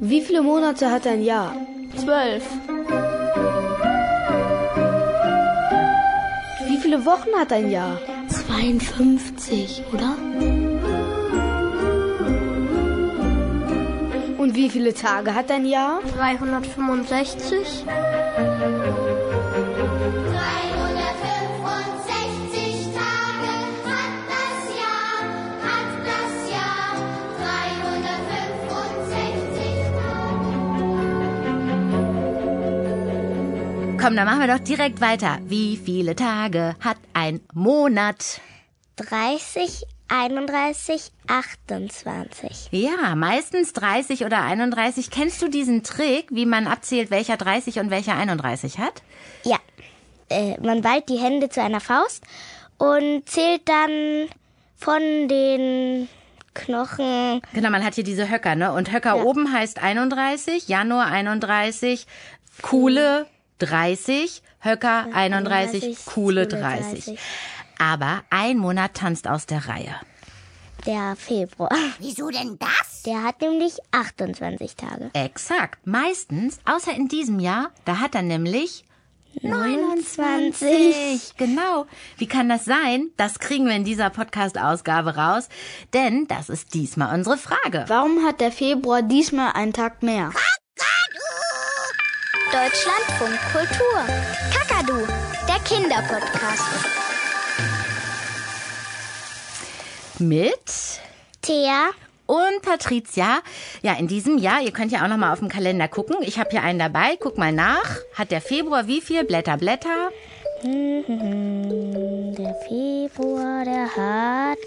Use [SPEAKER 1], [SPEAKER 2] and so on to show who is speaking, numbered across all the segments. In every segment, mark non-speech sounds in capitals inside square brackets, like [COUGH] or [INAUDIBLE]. [SPEAKER 1] Wie viele Monate hat ein Jahr?
[SPEAKER 2] Zwölf.
[SPEAKER 1] Wie viele Wochen hat ein Jahr?
[SPEAKER 3] 52, oder?
[SPEAKER 1] Und wie viele Tage hat ein Jahr?
[SPEAKER 3] 365?
[SPEAKER 4] 365 Tage hat das Jahr, hat das Jahr. 365 Tage.
[SPEAKER 5] Komm, dann machen wir doch direkt weiter. Wie viele Tage hat ein Monat?
[SPEAKER 6] 30, 31, 28.
[SPEAKER 5] Ja, meistens 30 oder 31. Kennst du diesen Trick, wie man abzählt, welcher 30 und welcher 31 hat?
[SPEAKER 6] Ja. Äh, man ballt die Hände zu einer Faust und zählt dann von den Knochen.
[SPEAKER 5] Genau, man hat hier diese Höcker, ne? Und Höcker oben heißt 31, Januar 31, Kuhle 30, Höcker 31,
[SPEAKER 6] 31,
[SPEAKER 5] Kuhle
[SPEAKER 6] Kuhle
[SPEAKER 5] 30.
[SPEAKER 6] 30.
[SPEAKER 5] Aber ein Monat tanzt aus der Reihe.
[SPEAKER 6] Der Februar.
[SPEAKER 4] Wieso denn das?
[SPEAKER 6] Der hat nämlich 28 Tage.
[SPEAKER 5] Exakt. Meistens, außer in diesem Jahr, da hat er nämlich
[SPEAKER 6] 29.
[SPEAKER 5] Genau. Wie kann das sein? Das kriegen wir in dieser Podcast-Ausgabe raus, denn das ist diesmal unsere Frage.
[SPEAKER 1] Warum hat der Februar diesmal einen Tag mehr?
[SPEAKER 3] Deutschlandfunk Kultur. Kakadu, der Kinderpodcast.
[SPEAKER 5] Mit
[SPEAKER 6] Thea.
[SPEAKER 5] und Patricia. Ja, in diesem Jahr, ihr könnt ja auch noch mal auf dem Kalender gucken. Ich habe hier einen dabei. Guck mal nach. Hat der Februar wie viel Blätter, Blätter?
[SPEAKER 6] hm, Der Februar, der hat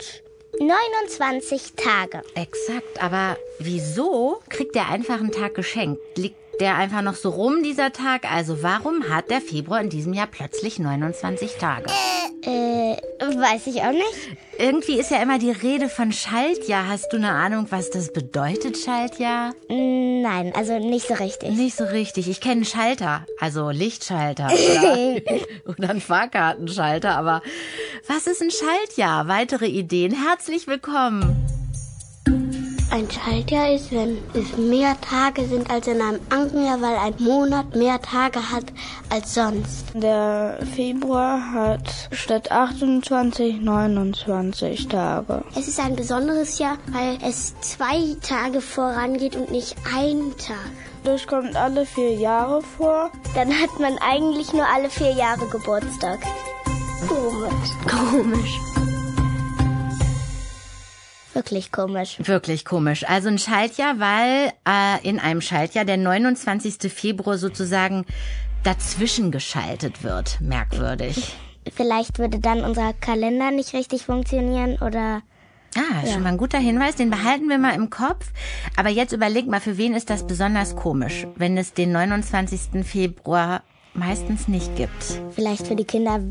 [SPEAKER 6] 29 Tage.
[SPEAKER 5] Exakt, aber wieso kriegt der einfach einen Tag geschenkt? Liegt der einfach noch so rum, dieser Tag? Also warum hat der Februar in diesem Jahr plötzlich 29 Tage?
[SPEAKER 6] Äh, weiß ich auch nicht.
[SPEAKER 5] Irgendwie ist ja immer die Rede von Schaltjahr. Hast du eine Ahnung, was das bedeutet, Schaltjahr?
[SPEAKER 6] Nein, also nicht so richtig.
[SPEAKER 5] Nicht so richtig. Ich kenne einen Schalter, also Lichtschalter oder, oder einen Fahrkartenschalter, aber was ist ein Schaltjahr? Weitere Ideen. Herzlich willkommen.
[SPEAKER 7] Ein Schaltjahr ist, wenn es mehr Tage sind als in einem anderen Jahr, weil ein Monat mehr Tage hat als sonst.
[SPEAKER 2] Der Februar hat statt 28 29 Tage.
[SPEAKER 7] Es ist ein besonderes Jahr, weil es zwei Tage vorangeht und nicht einen Tag.
[SPEAKER 2] Das kommt alle vier Jahre vor.
[SPEAKER 6] Dann hat man eigentlich nur alle vier Jahre Geburtstag.
[SPEAKER 7] Komisch.
[SPEAKER 6] Wirklich komisch.
[SPEAKER 5] Wirklich komisch. Also ein Schaltjahr, weil äh, in einem Schaltjahr der 29. Februar sozusagen dazwischen geschaltet wird. Merkwürdig.
[SPEAKER 6] Vielleicht würde dann unser Kalender nicht richtig funktionieren oder
[SPEAKER 5] Ah, schon mal ein guter Hinweis, den behalten wir mal im Kopf. Aber jetzt überleg mal, für wen ist das besonders komisch, wenn es den 29. Februar meistens nicht gibt.
[SPEAKER 6] vielleicht für die Kinder,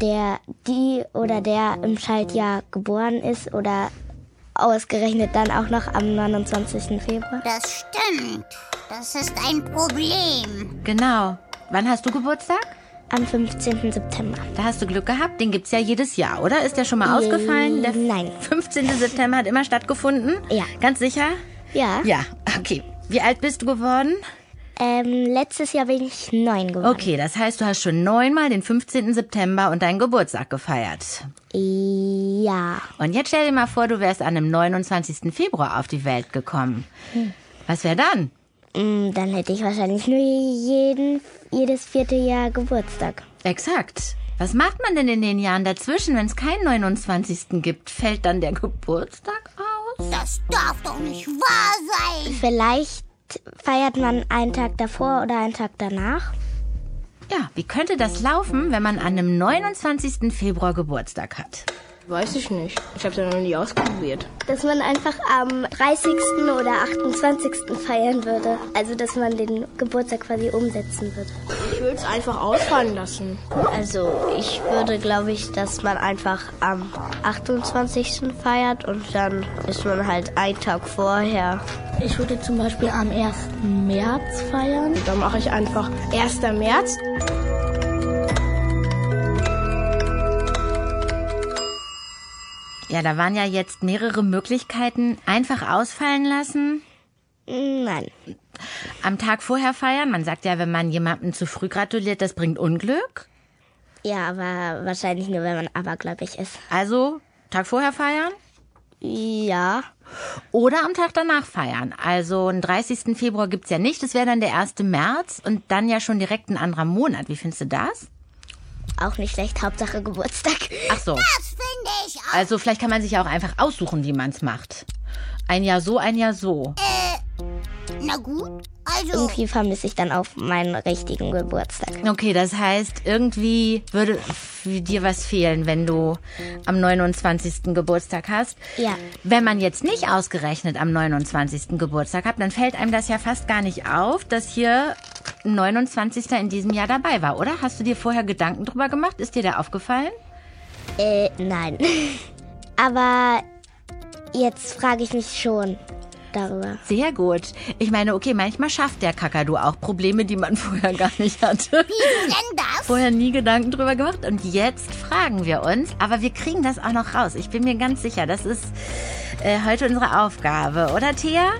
[SPEAKER 6] der die oder der im Schaltjahr geboren ist oder ausgerechnet dann auch noch am 29. Februar.
[SPEAKER 4] Das stimmt. Das ist ein Problem.
[SPEAKER 5] Genau. Wann hast du Geburtstag?
[SPEAKER 6] Am 15. September.
[SPEAKER 5] Da hast du Glück gehabt, den gibt's ja jedes Jahr, oder? Ist der schon mal ausgefallen? Der
[SPEAKER 6] Äh, Nein.
[SPEAKER 5] 15. September hat immer stattgefunden?
[SPEAKER 6] Ja.
[SPEAKER 5] Ganz sicher?
[SPEAKER 6] Ja.
[SPEAKER 5] Ja, okay. Wie alt bist du geworden?
[SPEAKER 6] Ähm, letztes Jahr bin ich neun geworden.
[SPEAKER 5] Okay, das heißt, du hast schon neunmal den 15. September und deinen Geburtstag gefeiert.
[SPEAKER 6] Ja.
[SPEAKER 5] Und jetzt stell dir mal vor, du wärst an dem 29. Februar auf die Welt gekommen. Was wäre dann?
[SPEAKER 6] Mm, Dann hätte ich wahrscheinlich nur jeden, jedes vierte Jahr Geburtstag.
[SPEAKER 5] Exakt. Was macht man denn in den Jahren dazwischen, wenn es keinen 29. gibt? Fällt dann der Geburtstag aus?
[SPEAKER 4] Das darf doch nicht wahr sein.
[SPEAKER 6] Vielleicht feiert man einen Tag davor oder einen Tag danach.
[SPEAKER 5] Ja, wie könnte das laufen, wenn man an dem 29. Februar Geburtstag hat?
[SPEAKER 2] Weiß ich nicht. Ich habe da noch nie ausprobiert.
[SPEAKER 7] Dass man einfach am 30. oder 28. feiern würde. Also, dass man den Geburtstag quasi umsetzen würde.
[SPEAKER 2] Ich würde es einfach ausfallen lassen.
[SPEAKER 7] Also ich würde, glaube ich, dass man einfach am 28. feiert und dann ist man halt einen Tag vorher.
[SPEAKER 3] Ich würde zum Beispiel am 1. März feiern.
[SPEAKER 2] Dann mache ich einfach 1. März.
[SPEAKER 5] Ja, da waren ja jetzt mehrere Möglichkeiten. Einfach ausfallen lassen,
[SPEAKER 6] Nein.
[SPEAKER 5] am Tag vorher feiern. Man sagt ja, wenn man jemandem zu früh gratuliert, das bringt Unglück.
[SPEAKER 6] Ja, aber wahrscheinlich nur, wenn man abergläubig ist.
[SPEAKER 5] Also Tag vorher feiern
[SPEAKER 6] Ja.
[SPEAKER 5] oder am Tag danach feiern. Also den 30. Februar gibt's ja nicht. Das wäre dann der 1. März und dann ja schon direkt ein anderer Monat. Wie findest du das?
[SPEAKER 6] Auch nicht schlecht, Hauptsache Geburtstag.
[SPEAKER 5] Ach so. Also vielleicht kann man sich ja auch einfach aussuchen, wie man's macht. Ein Jahr so, ein Jahr so.
[SPEAKER 8] Na gut, also
[SPEAKER 6] Irgendwie vermisse ich dann auf meinen richtigen Geburtstag.
[SPEAKER 5] Okay, das heißt, irgendwie würde f- dir was fehlen, wenn du am 29. Geburtstag hast.
[SPEAKER 6] Ja.
[SPEAKER 5] Wenn man jetzt nicht ausgerechnet am 29. Geburtstag hat, dann fällt einem das ja fast gar nicht auf, dass hier ein 29. in diesem Jahr dabei war, oder? Hast du dir vorher Gedanken drüber gemacht? Ist dir der aufgefallen?
[SPEAKER 6] Äh, nein. [LAUGHS] Aber jetzt frage ich mich schon darüber.
[SPEAKER 5] Sehr gut. Ich meine, okay, manchmal schafft der Kakadu auch Probleme, die man [LAUGHS] vorher gar nicht [LAUGHS] hatte.
[SPEAKER 8] denn das?
[SPEAKER 5] vorher nie Gedanken drüber gemacht und jetzt fragen wir uns, aber wir kriegen das auch noch raus. Ich bin mir ganz sicher, das ist äh, heute unsere Aufgabe, oder Thea?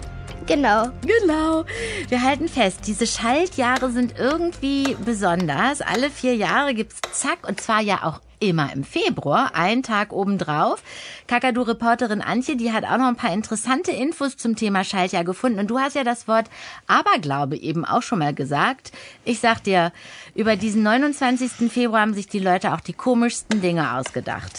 [SPEAKER 6] Genau.
[SPEAKER 5] Genau. Wir halten fest, diese Schaltjahre sind irgendwie besonders. Alle vier Jahre gibt's zack und zwar ja auch immer im Februar, einen Tag obendrauf. Kakadu-Reporterin Antje, die hat auch noch ein paar interessante Infos zum Thema Schaltjahr gefunden. Und du hast ja das Wort Aberglaube eben auch schon mal gesagt. Ich sag dir, über diesen 29. Februar haben sich die Leute auch die komischsten Dinge ausgedacht.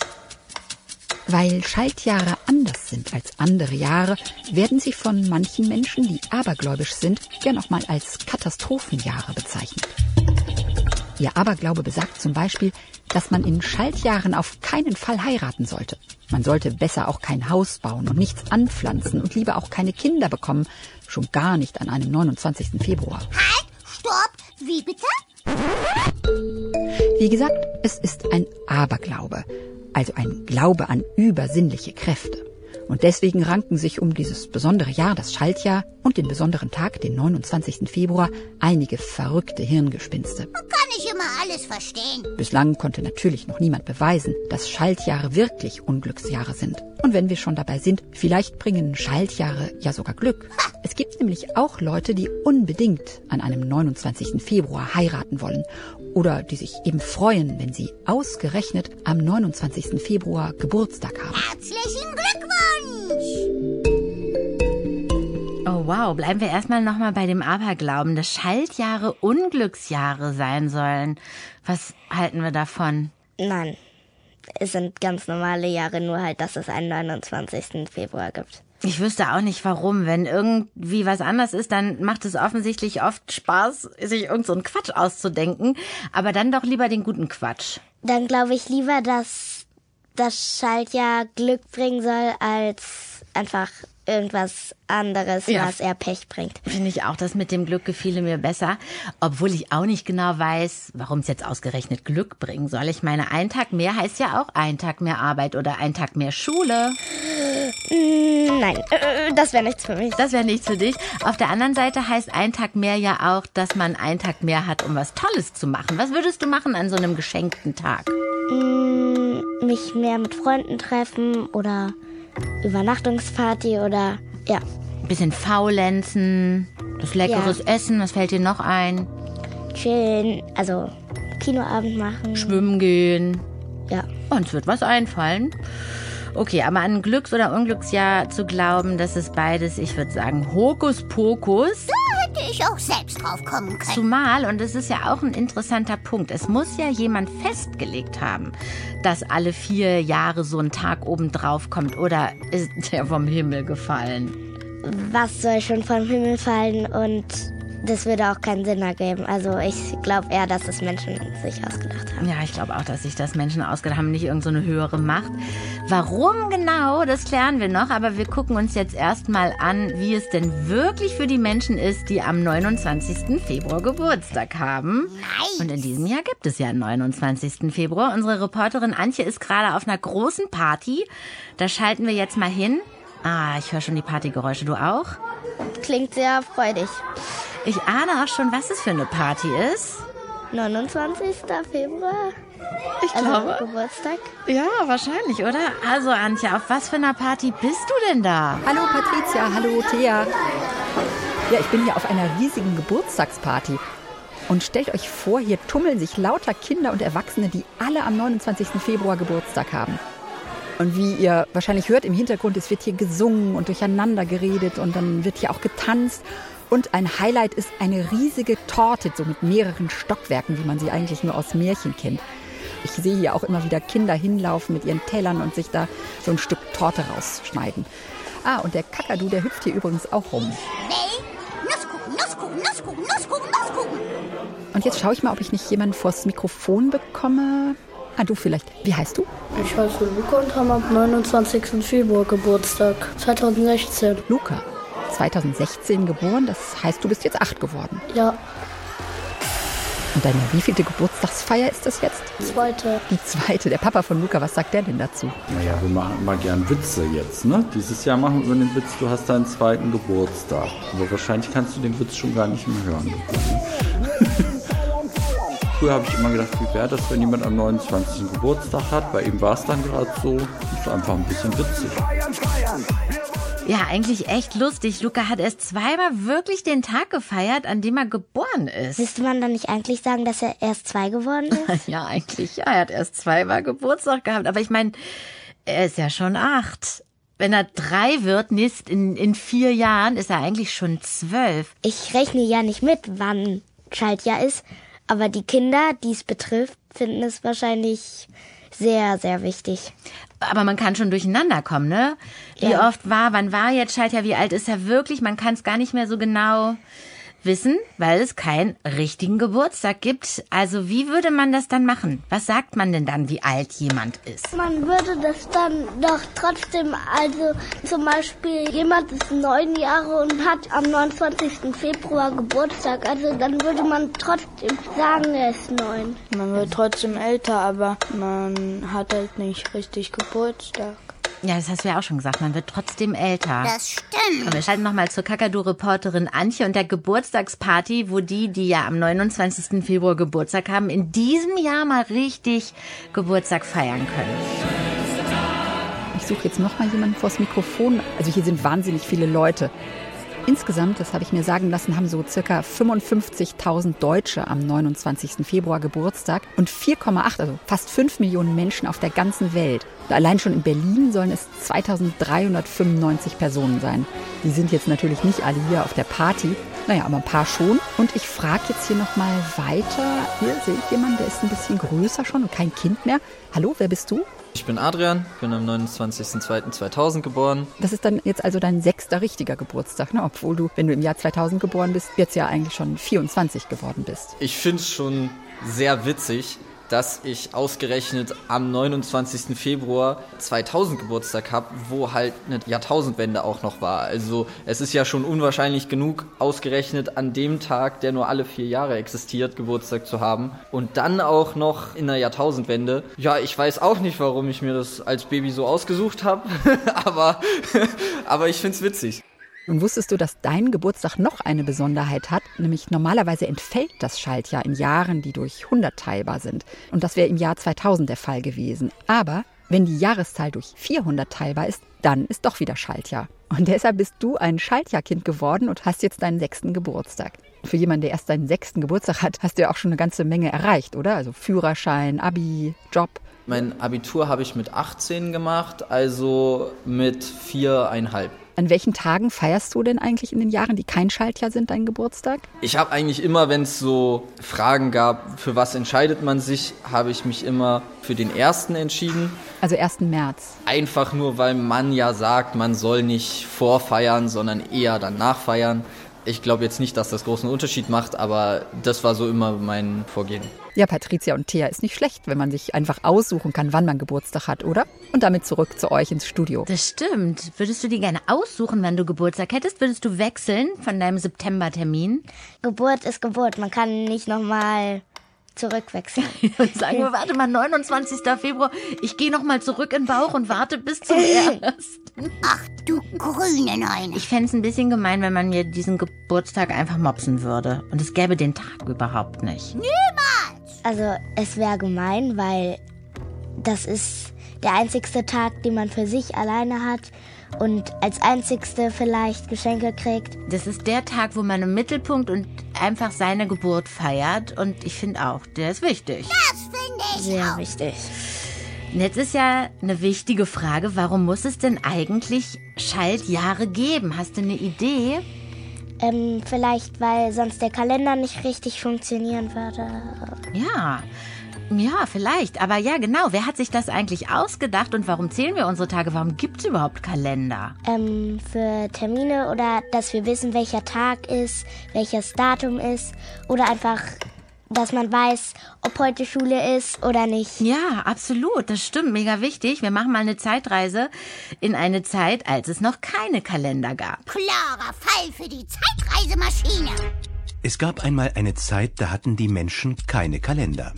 [SPEAKER 9] Weil Schaltjahre anders sind als andere Jahre, werden sie von manchen Menschen, die abergläubisch sind, gern auch mal als Katastrophenjahre bezeichnet. Ihr Aberglaube besagt zum Beispiel, dass man in Schaltjahren auf keinen Fall heiraten sollte. Man sollte besser auch kein Haus bauen und nichts anpflanzen und lieber auch keine Kinder bekommen, schon gar nicht an einem 29. Februar.
[SPEAKER 8] Halt, stopp, wie bitte?
[SPEAKER 9] Wie gesagt, es ist ein Aberglaube, also ein Glaube an übersinnliche Kräfte. Und deswegen ranken sich um dieses besondere Jahr, das Schaltjahr, und den besonderen Tag, den 29. Februar, einige verrückte Hirngespinste.
[SPEAKER 8] Kann ich immer alles verstehen.
[SPEAKER 9] Bislang konnte natürlich noch niemand beweisen, dass Schaltjahre wirklich Unglücksjahre sind. Und wenn wir schon dabei sind, vielleicht bringen Schaltjahre ja sogar Glück. Es gibt nämlich auch Leute, die unbedingt an einem 29. Februar heiraten wollen oder die sich eben freuen, wenn sie ausgerechnet am 29. Februar Geburtstag haben.
[SPEAKER 8] Herzlichen Glückwunsch!
[SPEAKER 5] Oh wow, bleiben wir erstmal nochmal bei dem Aberglauben, dass Schaltjahre Unglücksjahre sein sollen. Was halten wir davon?
[SPEAKER 6] Nein. Es sind ganz normale Jahre, nur halt, dass es einen 29. Februar gibt.
[SPEAKER 5] Ich wüsste auch nicht warum. Wenn irgendwie was anders ist, dann macht es offensichtlich oft Spaß, sich irgend so einen Quatsch auszudenken. Aber dann doch lieber den guten Quatsch.
[SPEAKER 6] Dann glaube ich lieber, dass das Schaltjahr Glück bringen soll, als einfach irgendwas anderes,
[SPEAKER 5] Ja.
[SPEAKER 6] was eher Pech bringt.
[SPEAKER 5] Finde ich auch, das mit dem Glück gefiele mir besser. Obwohl ich auch nicht genau weiß, warum es jetzt ausgerechnet Glück bringen soll. Ich meine, ein Tag mehr heißt ja auch ein Tag mehr Arbeit oder ein Tag mehr Schule.
[SPEAKER 6] Mm, Nein, äh, das wäre nichts für mich.
[SPEAKER 5] Das wäre nichts für dich. Auf der anderen Seite heißt ein Tag mehr ja auch, dass man einen Tag mehr hat, um was Tolles zu machen. Was würdest du machen an so einem geschenkten Tag?
[SPEAKER 6] Mm, Mich mehr mit Freunden treffen oder Übernachtungsparty oder ja,
[SPEAKER 5] Bisschen faulenzen, das leckeres Essen, was fällt dir noch ein?
[SPEAKER 6] chillen, also Kinoabend machen.
[SPEAKER 5] Schwimmen gehen.
[SPEAKER 6] Ja,
[SPEAKER 5] Uns wird was einfallen. Okay, aber an Glücks- oder Unglücksjahr zu glauben, das ist beides, ich würde sagen, Hokuspokus.
[SPEAKER 8] Hätte ich auch selbst drauf kommen können.
[SPEAKER 5] Zumal, und das ist ja auch ein interessanter Punkt, es muss ja jemand festgelegt haben, dass alle vier Jahre so ein Tag obendrauf kommt oder ist der vom Himmel gefallen.
[SPEAKER 6] was soll schon vom Himmel fallen und das würde auch keinen Sinn ergeben. Also ich glaube eher, dass es Menschen sich ausgedacht haben.
[SPEAKER 5] Ja, ich glaube auch, dass sich das Menschen ausgedacht haben, nicht irgendeine so eine höhere Macht. Warum genau, das klären wir noch, aber wir gucken uns jetzt erstmal an, wie es denn wirklich für die Menschen ist, die am 29. Februar Geburtstag haben. Und in diesem Jahr gibt es ja einen 29. Februar. Unsere Reporterin Antje ist gerade auf einer großen Party. Da schalten wir jetzt mal hin. Ah, ich höre schon die Partygeräusche. Du auch?
[SPEAKER 6] Klingt sehr freudig.
[SPEAKER 5] Ich ahne auch schon, was es für eine Party ist.
[SPEAKER 6] 29. Februar?
[SPEAKER 5] Ich glaube.
[SPEAKER 6] Also Geburtstag?
[SPEAKER 5] Ja, wahrscheinlich, oder? Also, Antje, auf was für einer Party bist du denn da?
[SPEAKER 9] Hallo Patricia, hallo Thea. Ja, ich bin hier auf einer riesigen Geburtstagsparty. Und stellt euch vor, hier tummeln sich lauter Kinder und Erwachsene, die alle am 29. Februar Geburtstag haben. Und wie ihr wahrscheinlich hört im Hintergrund, es wird hier gesungen und durcheinander geredet und dann wird hier auch getanzt. Und ein Highlight ist eine riesige Torte, so mit mehreren Stockwerken, wie man sie eigentlich nur aus Märchen kennt. Ich sehe hier auch immer wieder Kinder hinlaufen mit ihren Tellern und sich da so ein Stück Torte rausschneiden. Ah, und der Kakadu, der hüpft hier übrigens auch rum.
[SPEAKER 8] Bell, Nusskuchen, Nusskuchen, Nusskuchen, Nusskuchen, Nusskuchen.
[SPEAKER 9] Und jetzt schaue ich mal, ob ich nicht jemanden vors Mikrofon bekomme. Ah, du vielleicht. Wie heißt du?
[SPEAKER 10] Ich heiße Luca und habe am 29. Februar Geburtstag 2016.
[SPEAKER 9] Luca. 2016 geboren, das heißt, du bist jetzt acht geworden.
[SPEAKER 10] Ja,
[SPEAKER 9] Und deine wievielte Geburtstagsfeier ist das jetzt?
[SPEAKER 10] zweite.
[SPEAKER 9] Die zweite. Der Papa von Luca, was sagt der denn dazu?
[SPEAKER 11] Naja, wir machen mal gern Witze jetzt, ne? Dieses Jahr machen wir den Witz, du hast deinen zweiten Geburtstag. Aber wahrscheinlich kannst du den Witz schon gar nicht mehr hören. [LAUGHS] Früher habe ich immer gedacht, wie wäre das, wenn jemand am 29. Geburtstag hat? Bei ihm war es dann gerade so. Ist einfach ein bisschen witzig.
[SPEAKER 5] Ja, eigentlich echt lustig. Luca hat erst zweimal wirklich den Tag gefeiert, an dem er geboren ist. [LAUGHS]
[SPEAKER 6] Müsste man dann nicht eigentlich sagen, dass er erst zwei geworden ist?
[SPEAKER 5] Ja, eigentlich, ja. Er hat erst zweimal Geburtstag gehabt. Aber ich meine, er ist ja schon acht. Wenn er drei wird, nächst in, in vier Jahren, ist er eigentlich schon zwölf.
[SPEAKER 6] Ich rechne ja nicht mit, wann Schaltjahr ist, aber die Kinder, die es betrifft, finden es wahrscheinlich sehr, sehr wichtig.
[SPEAKER 5] Aber man kann schon durcheinander kommen, ne? Wie
[SPEAKER 6] Ja.
[SPEAKER 5] oft war, wann war jetzt Schaltjahr, wie alt ist er wirklich? Man kann es gar nicht mehr so genau wissen, weil es keinen richtigen Geburtstag gibt. Also wie würde man das dann machen? Was sagt man denn dann, wie alt jemand ist?
[SPEAKER 12] Man würde das dann doch trotzdem, also zum Beispiel jemand ist neun Jahre und hat am 29. Februar Geburtstag, also dann würde man trotzdem sagen, er ist neun.
[SPEAKER 2] Man wird trotzdem älter, aber man hat halt nicht richtig Geburtstag.
[SPEAKER 5] Ja, das hast du ja auch schon gesagt. Man wird trotzdem älter.
[SPEAKER 8] Das stimmt.
[SPEAKER 5] Aber wir schalten nochmal zur Kakadu-Reporterin Antje und der Geburtstagsparty, wo die, die ja am 29. Februar Geburtstag haben, in diesem Jahr mal richtig Geburtstag feiern können.
[SPEAKER 9] Ich suche jetzt noch mal jemanden vors Mikrofon. Also hier sind wahnsinnig viele Leute. Insgesamt, das habe ich mir sagen lassen, haben so circa 55.000 Deutsche am 29. Februar Geburtstag und 4,8, also fast 5 Millionen Menschen auf der ganzen Welt. Und allein schon in Berlin sollen es 2395 Personen sein. Die sind jetzt natürlich nicht alle hier auf der Party, naja, aber ein paar schon. Und ich frage jetzt hier noch mal weiter. Hier sehe ich jemanden, der ist ein bisschen größer schon und kein Kind mehr. Hallo, wer bist du?
[SPEAKER 13] Ich bin Adrian, bin am 29.02.2000 geboren.
[SPEAKER 9] Das ist dann jetzt also dein sechster richtiger Geburtstag, ne? obwohl du, wenn du im Jahr 2000 geboren bist, jetzt ja eigentlich schon 24 geworden bist.
[SPEAKER 13] Ich finde es schon sehr witzig, dass ich ausgerechnet am 29. Februar 2000 Geburtstag habe, wo halt eine Jahrtausendwende auch noch war. Also es ist ja schon unwahrscheinlich genug, ausgerechnet an dem Tag, der nur alle vier Jahre existiert, Geburtstag zu haben. Und dann auch noch in der Jahrtausendwende. Ja, ich weiß auch nicht, warum ich mir das als Baby so ausgesucht habe, [LAUGHS] aber, aber ich finde es witzig.
[SPEAKER 9] Nun wusstest du, dass dein Geburtstag noch eine Besonderheit hat, nämlich normalerweise entfällt das Schaltjahr in Jahren, die durch 100 teilbar sind. Und das wäre im Jahr 2000 der Fall gewesen. Aber wenn die Jahreszahl durch 400 teilbar ist, dann ist doch wieder Schaltjahr. Und deshalb bist du ein Schaltjahrkind geworden und hast jetzt deinen sechsten Geburtstag. Für jemanden, der erst seinen sechsten Geburtstag hat, hast du ja auch schon eine ganze Menge erreicht, oder? Also Führerschein, Abi, Job.
[SPEAKER 13] Mein Abitur habe ich mit 18 gemacht, also mit viereinhalb.
[SPEAKER 9] An welchen Tagen feierst du denn eigentlich in den Jahren, die kein Schaltjahr sind, deinen Geburtstag?
[SPEAKER 13] Ich habe eigentlich immer, wenn es so Fragen gab, für was entscheidet man sich, habe ich mich immer für den ersten entschieden.
[SPEAKER 9] Also 1. März.
[SPEAKER 13] Einfach nur, weil man ja sagt, man soll nicht vorfeiern, sondern eher danach feiern. Ich glaube jetzt nicht, dass das großen Unterschied macht, aber das war so immer mein Vorgehen.
[SPEAKER 9] Ja, Patricia und Thea ist nicht schlecht, wenn man sich einfach aussuchen kann, wann man Geburtstag hat, oder? Und damit zurück zu euch ins Studio.
[SPEAKER 5] Das stimmt. Würdest du dir gerne aussuchen, wann du Geburtstag hättest? Würdest du wechseln von deinem Septembertermin?
[SPEAKER 6] Geburt ist Geburt, man kann nicht nochmal
[SPEAKER 5] [LAUGHS]
[SPEAKER 6] zurückwechseln.
[SPEAKER 5] Und sagen wir, warte mal, 29. Februar, ich gehe nochmal zurück in den Bauch und warte bis zum ersten.
[SPEAKER 8] Ach, du grüne Neune.
[SPEAKER 5] Ich fänd's ein bisschen gemein, wenn man mir diesen Geburtstag einfach mopsen würde. Und es gäbe den Tag überhaupt nicht.
[SPEAKER 8] Niemals.
[SPEAKER 6] Also es wäre gemein, weil das ist der einzigste Tag, den man für sich alleine hat und als einzigste vielleicht Geschenke kriegt.
[SPEAKER 5] Das ist der Tag, wo man im Mittelpunkt und einfach seine Geburt feiert. Und ich finde auch, der ist wichtig.
[SPEAKER 4] Das finde ich
[SPEAKER 5] Sehr
[SPEAKER 4] auch.
[SPEAKER 5] wichtig. Und jetzt ist ja eine wichtige Frage, warum muss es denn eigentlich Schaltjahre geben? Hast du eine Idee?
[SPEAKER 6] Ähm, vielleicht, weil sonst der Kalender nicht richtig funktionieren würde.
[SPEAKER 5] Ja. Ja, vielleicht. Aber ja, genau. Wer hat sich das eigentlich ausgedacht und warum zählen wir unsere Tage? Warum gibt es überhaupt Kalender?
[SPEAKER 6] Ähm, für Termine oder dass wir wissen, welcher Tag ist, welches Datum ist oder einfach, dass man weiß, ob heute Schule ist oder nicht.
[SPEAKER 5] Ja, absolut. Das stimmt. Mega wichtig. Wir machen mal eine Zeitreise in eine Zeit, als es noch keine Kalender gab.
[SPEAKER 4] Klarer Fall für die Zeitreisemaschine.
[SPEAKER 13] Es gab einmal eine Zeit, da hatten die Menschen keine Kalender.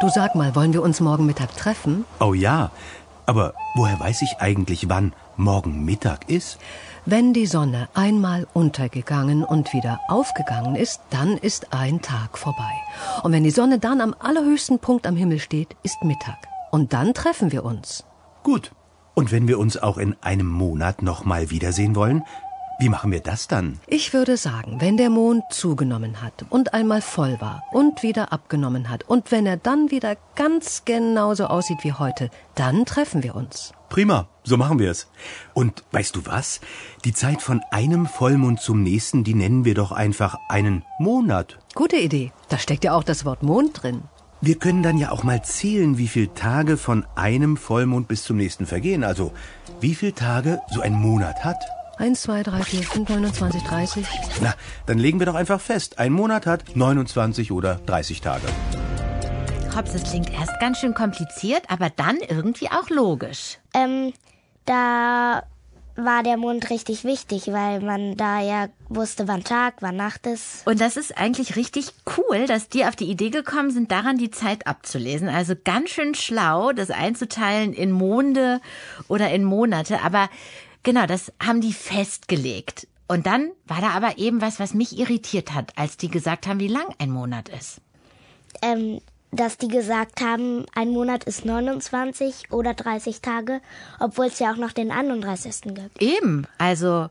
[SPEAKER 14] Du sag mal, wollen wir uns morgen Mittag treffen?
[SPEAKER 13] Oh ja, aber woher weiß ich eigentlich, wann morgen Mittag ist?
[SPEAKER 14] Wenn die Sonne einmal untergegangen und wieder aufgegangen ist, dann ist ein Tag vorbei. Und wenn die Sonne dann am allerhöchsten Punkt am Himmel steht, ist Mittag. Und dann treffen wir uns.
[SPEAKER 13] Gut. Und wenn wir uns auch in einem Monat nochmal wiedersehen wollen, wie machen wir das dann?
[SPEAKER 14] Ich würde sagen, wenn der Mond zugenommen hat und einmal voll war und wieder abgenommen hat und wenn er dann wieder ganz genauso aussieht wie heute, dann treffen wir uns.
[SPEAKER 13] Prima, so machen wir es. Und weißt du was? Die Zeit von einem Vollmond zum nächsten, die nennen wir doch einfach einen Monat.
[SPEAKER 14] Gute Idee. Da steckt ja auch das Wort Mond drin.
[SPEAKER 13] Wir können dann ja auch mal zählen, wie viele Tage von einem Vollmond bis zum nächsten vergehen. Also, wie viele Tage so ein Monat hat.
[SPEAKER 14] 1, 2, 3, 4, 5, 29, 30.
[SPEAKER 13] Na, dann legen wir doch einfach fest, ein Monat hat 29 oder 30 Tage.
[SPEAKER 5] Hops, das klingt erst ganz schön kompliziert, aber dann irgendwie auch logisch.
[SPEAKER 6] Ähm, da war der Mond richtig wichtig, weil man da ja wusste, wann Tag, wann Nacht ist.
[SPEAKER 5] Und das ist eigentlich richtig cool, dass die auf die Idee gekommen sind, daran die Zeit abzulesen. Also ganz schön schlau, das einzuteilen in Monde oder in Monate. Aber genau, das haben die festgelegt. Und dann war da aber eben was, was mich irritiert hat, als die gesagt haben, wie lang ein Monat ist.
[SPEAKER 6] Ähm, dass die gesagt haben, ein Monat ist 29 oder 30 Tage, obwohl es ja auch noch den 31. gibt.
[SPEAKER 5] Eben, also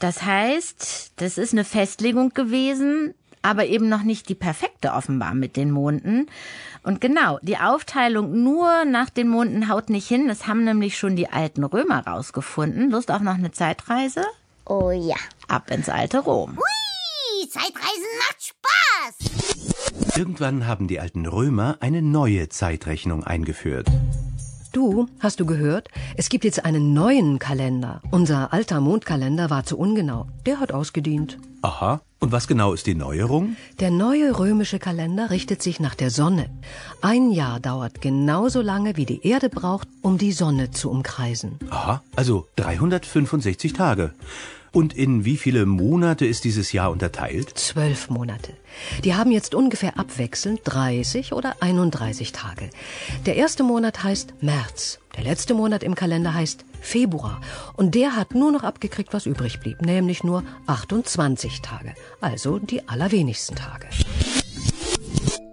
[SPEAKER 5] das heißt, das ist eine Festlegung gewesen, aber eben noch nicht die perfekte offenbar mit den Monden. Und genau, die Aufteilung nur nach den Monden haut nicht hin. Das haben nämlich schon die alten Römer rausgefunden. Lust auf noch eine Zeitreise?
[SPEAKER 6] Oh ja.
[SPEAKER 5] Ab ins alte Rom.
[SPEAKER 4] Hui, Zeitreisen macht Spaß.
[SPEAKER 13] Irgendwann haben die alten Römer eine neue Zeitrechnung eingeführt.
[SPEAKER 14] Du, hast du gehört? Es gibt jetzt einen neuen Kalender. Unser alter Mondkalender war zu ungenau. Der hat ausgedient.
[SPEAKER 13] Aha. Und was genau ist die Neuerung?
[SPEAKER 14] Der neue römische Kalender richtet sich nach der Sonne. Ein Jahr dauert genauso lange, wie die Erde braucht, um die Sonne zu umkreisen.
[SPEAKER 13] Aha, also 365 Tage. Und in wie viele Monate ist dieses Jahr unterteilt?
[SPEAKER 14] Zwölf Monate. Die haben jetzt ungefähr abwechselnd 30 oder 31 Tage. Der erste Monat heißt März. Der letzte Monat im Kalender heißt Februar. Und der hat nur noch abgekriegt, was übrig blieb, nämlich nur 28 Tage. Also die allerwenigsten Tage.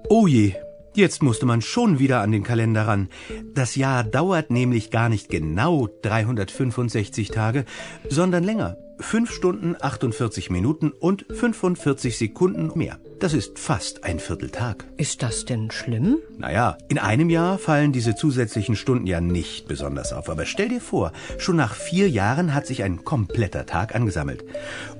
[SPEAKER 13] Oh je, jetzt musste man schon wieder an den Kalender ran. Das Jahr dauert nämlich gar nicht genau 365 Tage, sondern länger. 5 Stunden, 48 Minuten und 45 Sekunden mehr. Das ist fast ein Vierteltag.
[SPEAKER 14] Ist das denn schlimm?
[SPEAKER 13] Naja, in einem Jahr fallen diese zusätzlichen Stunden ja nicht besonders auf. Aber stell dir vor, schon nach vier Jahren hat sich ein kompletter Tag angesammelt.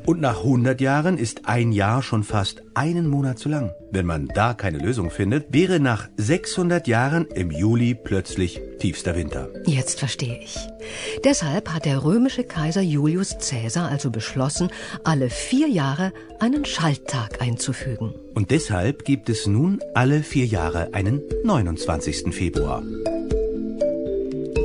[SPEAKER 13] Und nach 100 Jahren ist ein Jahr schon fast einen Monat zu lang. Wenn man da keine Lösung findet, wäre nach 600 Jahren im Juli plötzlich tiefster Winter.
[SPEAKER 14] Jetzt verstehe ich. Deshalb hat der römische Kaiser Julius Caesar also beschlossen, alle vier Jahre einen Schalttag einzufügen.
[SPEAKER 13] Und deshalb gibt es nun alle vier Jahre einen 29. Februar.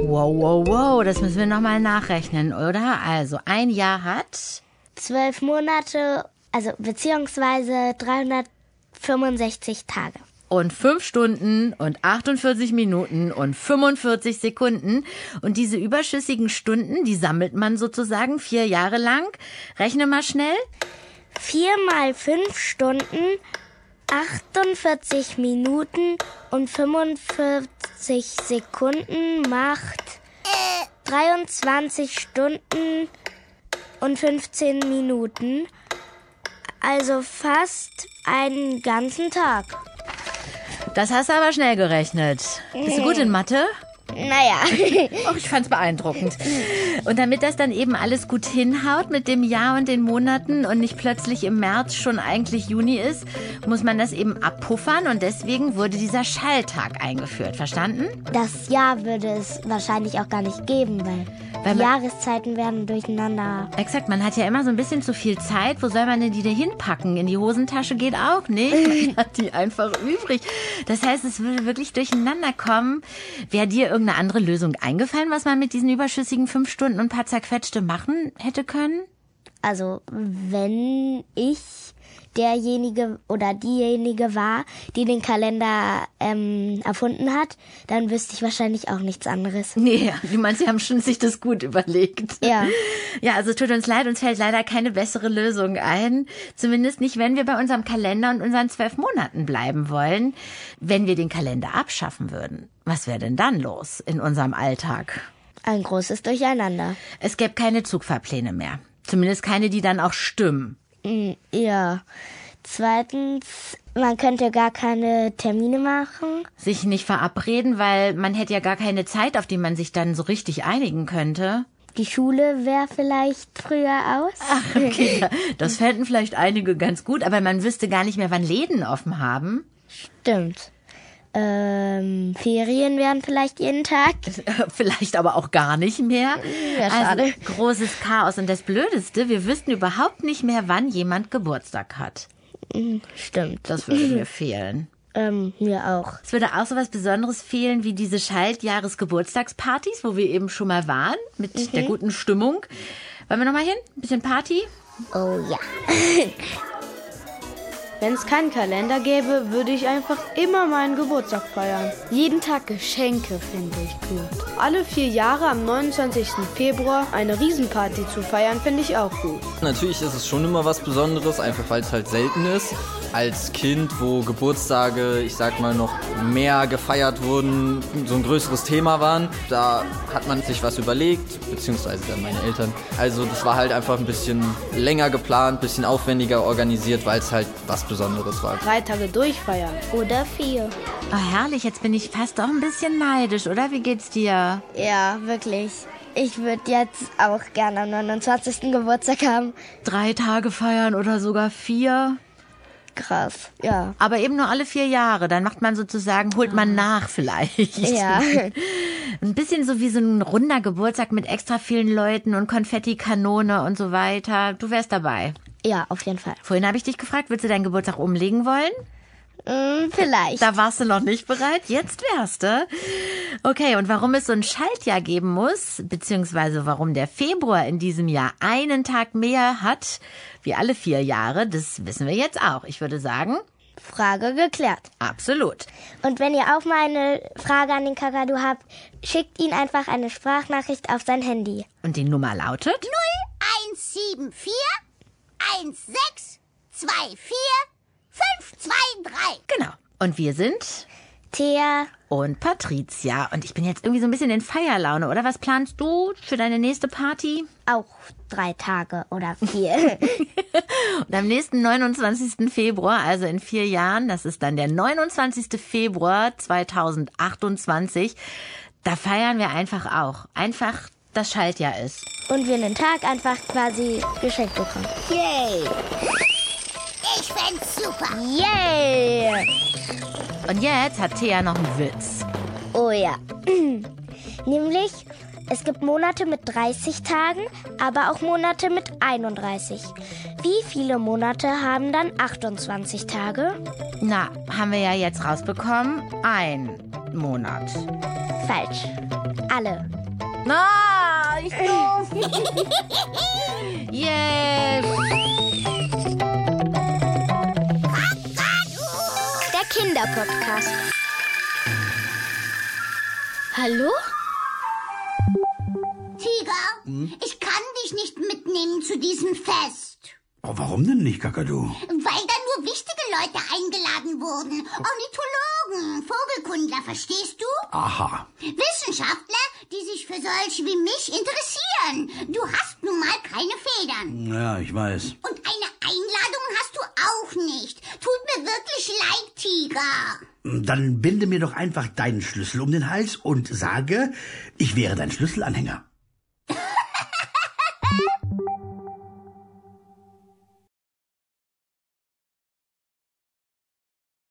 [SPEAKER 5] Wow, wow, wow, das müssen wir nochmal nachrechnen, oder? Also ein Jahr hat.
[SPEAKER 6] Zwölf Monate, also beziehungsweise 365 Tage.
[SPEAKER 5] und 5 Stunden und 48 Minuten und 45 Sekunden. Und diese überschüssigen Stunden, die sammelt man sozusagen vier Jahre lang. Rechne mal schnell.
[SPEAKER 6] 4 mal 5 Stunden, 48 Minuten und 45 Sekunden macht 23 Stunden und 15 Minuten. Also fast einen ganzen Tag.
[SPEAKER 5] Das hast du aber schnell gerechnet. Bist du gut in Mathe?
[SPEAKER 6] Naja. [LAUGHS]
[SPEAKER 5] Och, ich fand's beeindruckend. Und damit das dann eben alles gut hinhaut mit dem Jahr und den Monaten und nicht plötzlich im März schon eigentlich Juni ist, muss man das eben abpuffern und deswegen wurde dieser Schalltag eingeführt. Verstanden?
[SPEAKER 6] Das Jahr würde es wahrscheinlich auch gar nicht geben, weil,
[SPEAKER 5] Weil
[SPEAKER 6] die
[SPEAKER 5] man-
[SPEAKER 6] Jahreszeiten werden durcheinander.
[SPEAKER 5] Exakt, man hat ja immer so ein bisschen zu viel Zeit. Wo soll man denn die da hinpacken? In die Hosentasche geht auch nicht. Man hat die einfach übrig. Das heißt, es würde wirklich durcheinander kommen. Wäre dir irgendeine andere Lösung eingefallen, was man mit diesen überschüssigen fünf Stunden und ein paar zerquetschte machen hätte können?
[SPEAKER 6] Also, wenn ich derjenige oder diejenige war, die den Kalender ähm, erfunden hat, dann wüsste ich wahrscheinlich auch nichts anderes.
[SPEAKER 5] Nee, du meinst, sie haben schon sich das gut überlegt.
[SPEAKER 6] Ja.
[SPEAKER 5] Ja, also es tut uns leid, uns fällt leider keine bessere Lösung ein. Zumindest nicht, wenn wir bei unserem Kalender und unseren zwölf Monaten bleiben wollen. Wenn wir den Kalender abschaffen würden, was wäre denn dann los in unserem Alltag?
[SPEAKER 6] Ein großes Durcheinander.
[SPEAKER 5] Es gäbe keine Zugfahrpläne mehr. Zumindest keine, die dann auch stimmen.
[SPEAKER 6] Mm, Ja. Zweitens, man könnte gar keine Termine machen.
[SPEAKER 5] Sich nicht verabreden, weil man hätte ja gar keine Zeit, auf die man sich dann so richtig einigen könnte.
[SPEAKER 6] Die Schule wäre vielleicht früher aus.
[SPEAKER 5] Okay, ja, das fänden vielleicht einige ganz gut, aber man wüsste gar nicht mehr, wann Läden offen haben.
[SPEAKER 6] Stimmt. Ähm, Ferien wären vielleicht jeden Tag.
[SPEAKER 5] [LAUGHS] Vielleicht aber auch gar nicht mehr.
[SPEAKER 6] Ja, schade.
[SPEAKER 5] Also, großes Chaos. Und das Blödeste, wir wüssten überhaupt nicht mehr, wann jemand Geburtstag hat.
[SPEAKER 6] Stimmt.
[SPEAKER 5] Das würde [LAUGHS] mir fehlen.
[SPEAKER 6] Ähm, mir auch.
[SPEAKER 5] Es würde auch so was Besonderes fehlen wie diese Schaltjahresgeburtstagspartys, wo wir eben schon mal waren, mit der guten Stimmung. Wollen wir nochmal hin? Ein bisschen Party?
[SPEAKER 6] Oh ja.
[SPEAKER 2] Wenn es keinen Kalender gäbe, würde ich einfach immer meinen Geburtstag feiern. Jeden Tag Geschenke finde ich gut. Alle vier Jahre am 29. Februar eine Riesenparty zu feiern, finde ich auch gut.
[SPEAKER 11] Natürlich ist es schon immer was Besonderes, einfach weil es halt selten ist. Als Kind, wo Geburtstage, ich sag mal, noch mehr gefeiert wurden, so ein größeres Thema waren, da hat man sich was überlegt, beziehungsweise dann meine Eltern. Also das war halt einfach ein bisschen länger geplant, ein bisschen aufwendiger organisiert, weil es halt was Besonderes war.
[SPEAKER 2] Drei Tage durchfeiern.
[SPEAKER 6] Oder vier.
[SPEAKER 5] Oh, herrlich. Jetzt bin ich fast doch ein bisschen neidisch, oder? Wie geht's dir?
[SPEAKER 6] Ja, wirklich. Ich würde jetzt auch gerne am 29. Geburtstag haben.
[SPEAKER 5] Drei Tage feiern oder sogar vier?
[SPEAKER 6] Krass, ja.
[SPEAKER 5] Aber eben nur alle vier Jahre. Dann macht man sozusagen, holt man nach vielleicht.
[SPEAKER 6] Ja.
[SPEAKER 5] [LAUGHS] Ein bisschen so wie so ein runder Geburtstag mit extra vielen Leuten und Konfettikanone und so weiter. Du wärst dabei.
[SPEAKER 6] Ja, auf jeden Fall.
[SPEAKER 5] Vorhin habe ich dich gefragt, würdest du deinen Geburtstag umlegen wollen?
[SPEAKER 6] Hm, vielleicht.
[SPEAKER 5] Da warst du noch nicht bereit, jetzt wärst du. Okay, und warum es so ein Schaltjahr geben muss, beziehungsweise warum der Februar in diesem Jahr einen Tag mehr hat, wie alle vier Jahre, das wissen wir jetzt auch. Ich würde sagen,
[SPEAKER 6] Frage geklärt.
[SPEAKER 5] absolut.
[SPEAKER 6] Und wenn ihr auch mal eine Frage an den Kakadu habt, schickt ihn einfach eine Sprachnachricht auf sein Handy.
[SPEAKER 5] Und die Nummer lautet?
[SPEAKER 8] 0174 16 24 523.
[SPEAKER 5] Genau. Und wir sind
[SPEAKER 6] Thea,
[SPEAKER 5] und Patricia. Und ich bin jetzt irgendwie so ein bisschen in Feierlaune, oder? Was planst du für deine nächste Party?
[SPEAKER 6] auch drei Tage oder vier.
[SPEAKER 5] Und am nächsten 29. Februar, also in vier Jahren, das ist dann der 29. Februar 2028, da feiern wir einfach auch. Einfach das Schaltjahr ist.
[SPEAKER 6] Und wir einen Tag einfach quasi geschenkt bekommen. Yay!
[SPEAKER 8] Ich find's super.
[SPEAKER 6] Yay!
[SPEAKER 5] Und jetzt hat Thea noch einen Witz.
[SPEAKER 6] Oh ja. Nämlich, es gibt Monate mit 30 Tagen, aber auch Monate mit 31. Wie viele Monate haben dann 28 Tage?
[SPEAKER 5] Na, haben wir ja jetzt rausbekommen. Ein Monat.
[SPEAKER 6] Falsch. Alle.
[SPEAKER 5] Na, ich doof. [LAUGHS] Yay.
[SPEAKER 6] Der Kinderpodcast.
[SPEAKER 3] Hallo?
[SPEAKER 15] Hm?
[SPEAKER 8] Tiger, ich kann dich nicht mitnehmen zu diesem Fest.
[SPEAKER 15] Aber Oh, warum denn nicht, Kakadu?
[SPEAKER 8] Weil da nur wichtige Leute eingeladen wurden. Ornithologen, Vogelkundler, verstehst du?
[SPEAKER 15] Aha.
[SPEAKER 8] Wissenschaftler, die sich für solche wie mich interessieren. Du hast nun mal keine Federn.
[SPEAKER 15] Ja, ich weiß.
[SPEAKER 8] Und eine Einladung hast du auch nicht. Tut mir wirklich leid, Tiger.
[SPEAKER 15] Dann binde mir doch einfach deinen Schlüssel um den Hals und sage, ich wäre dein Schlüsselanhänger.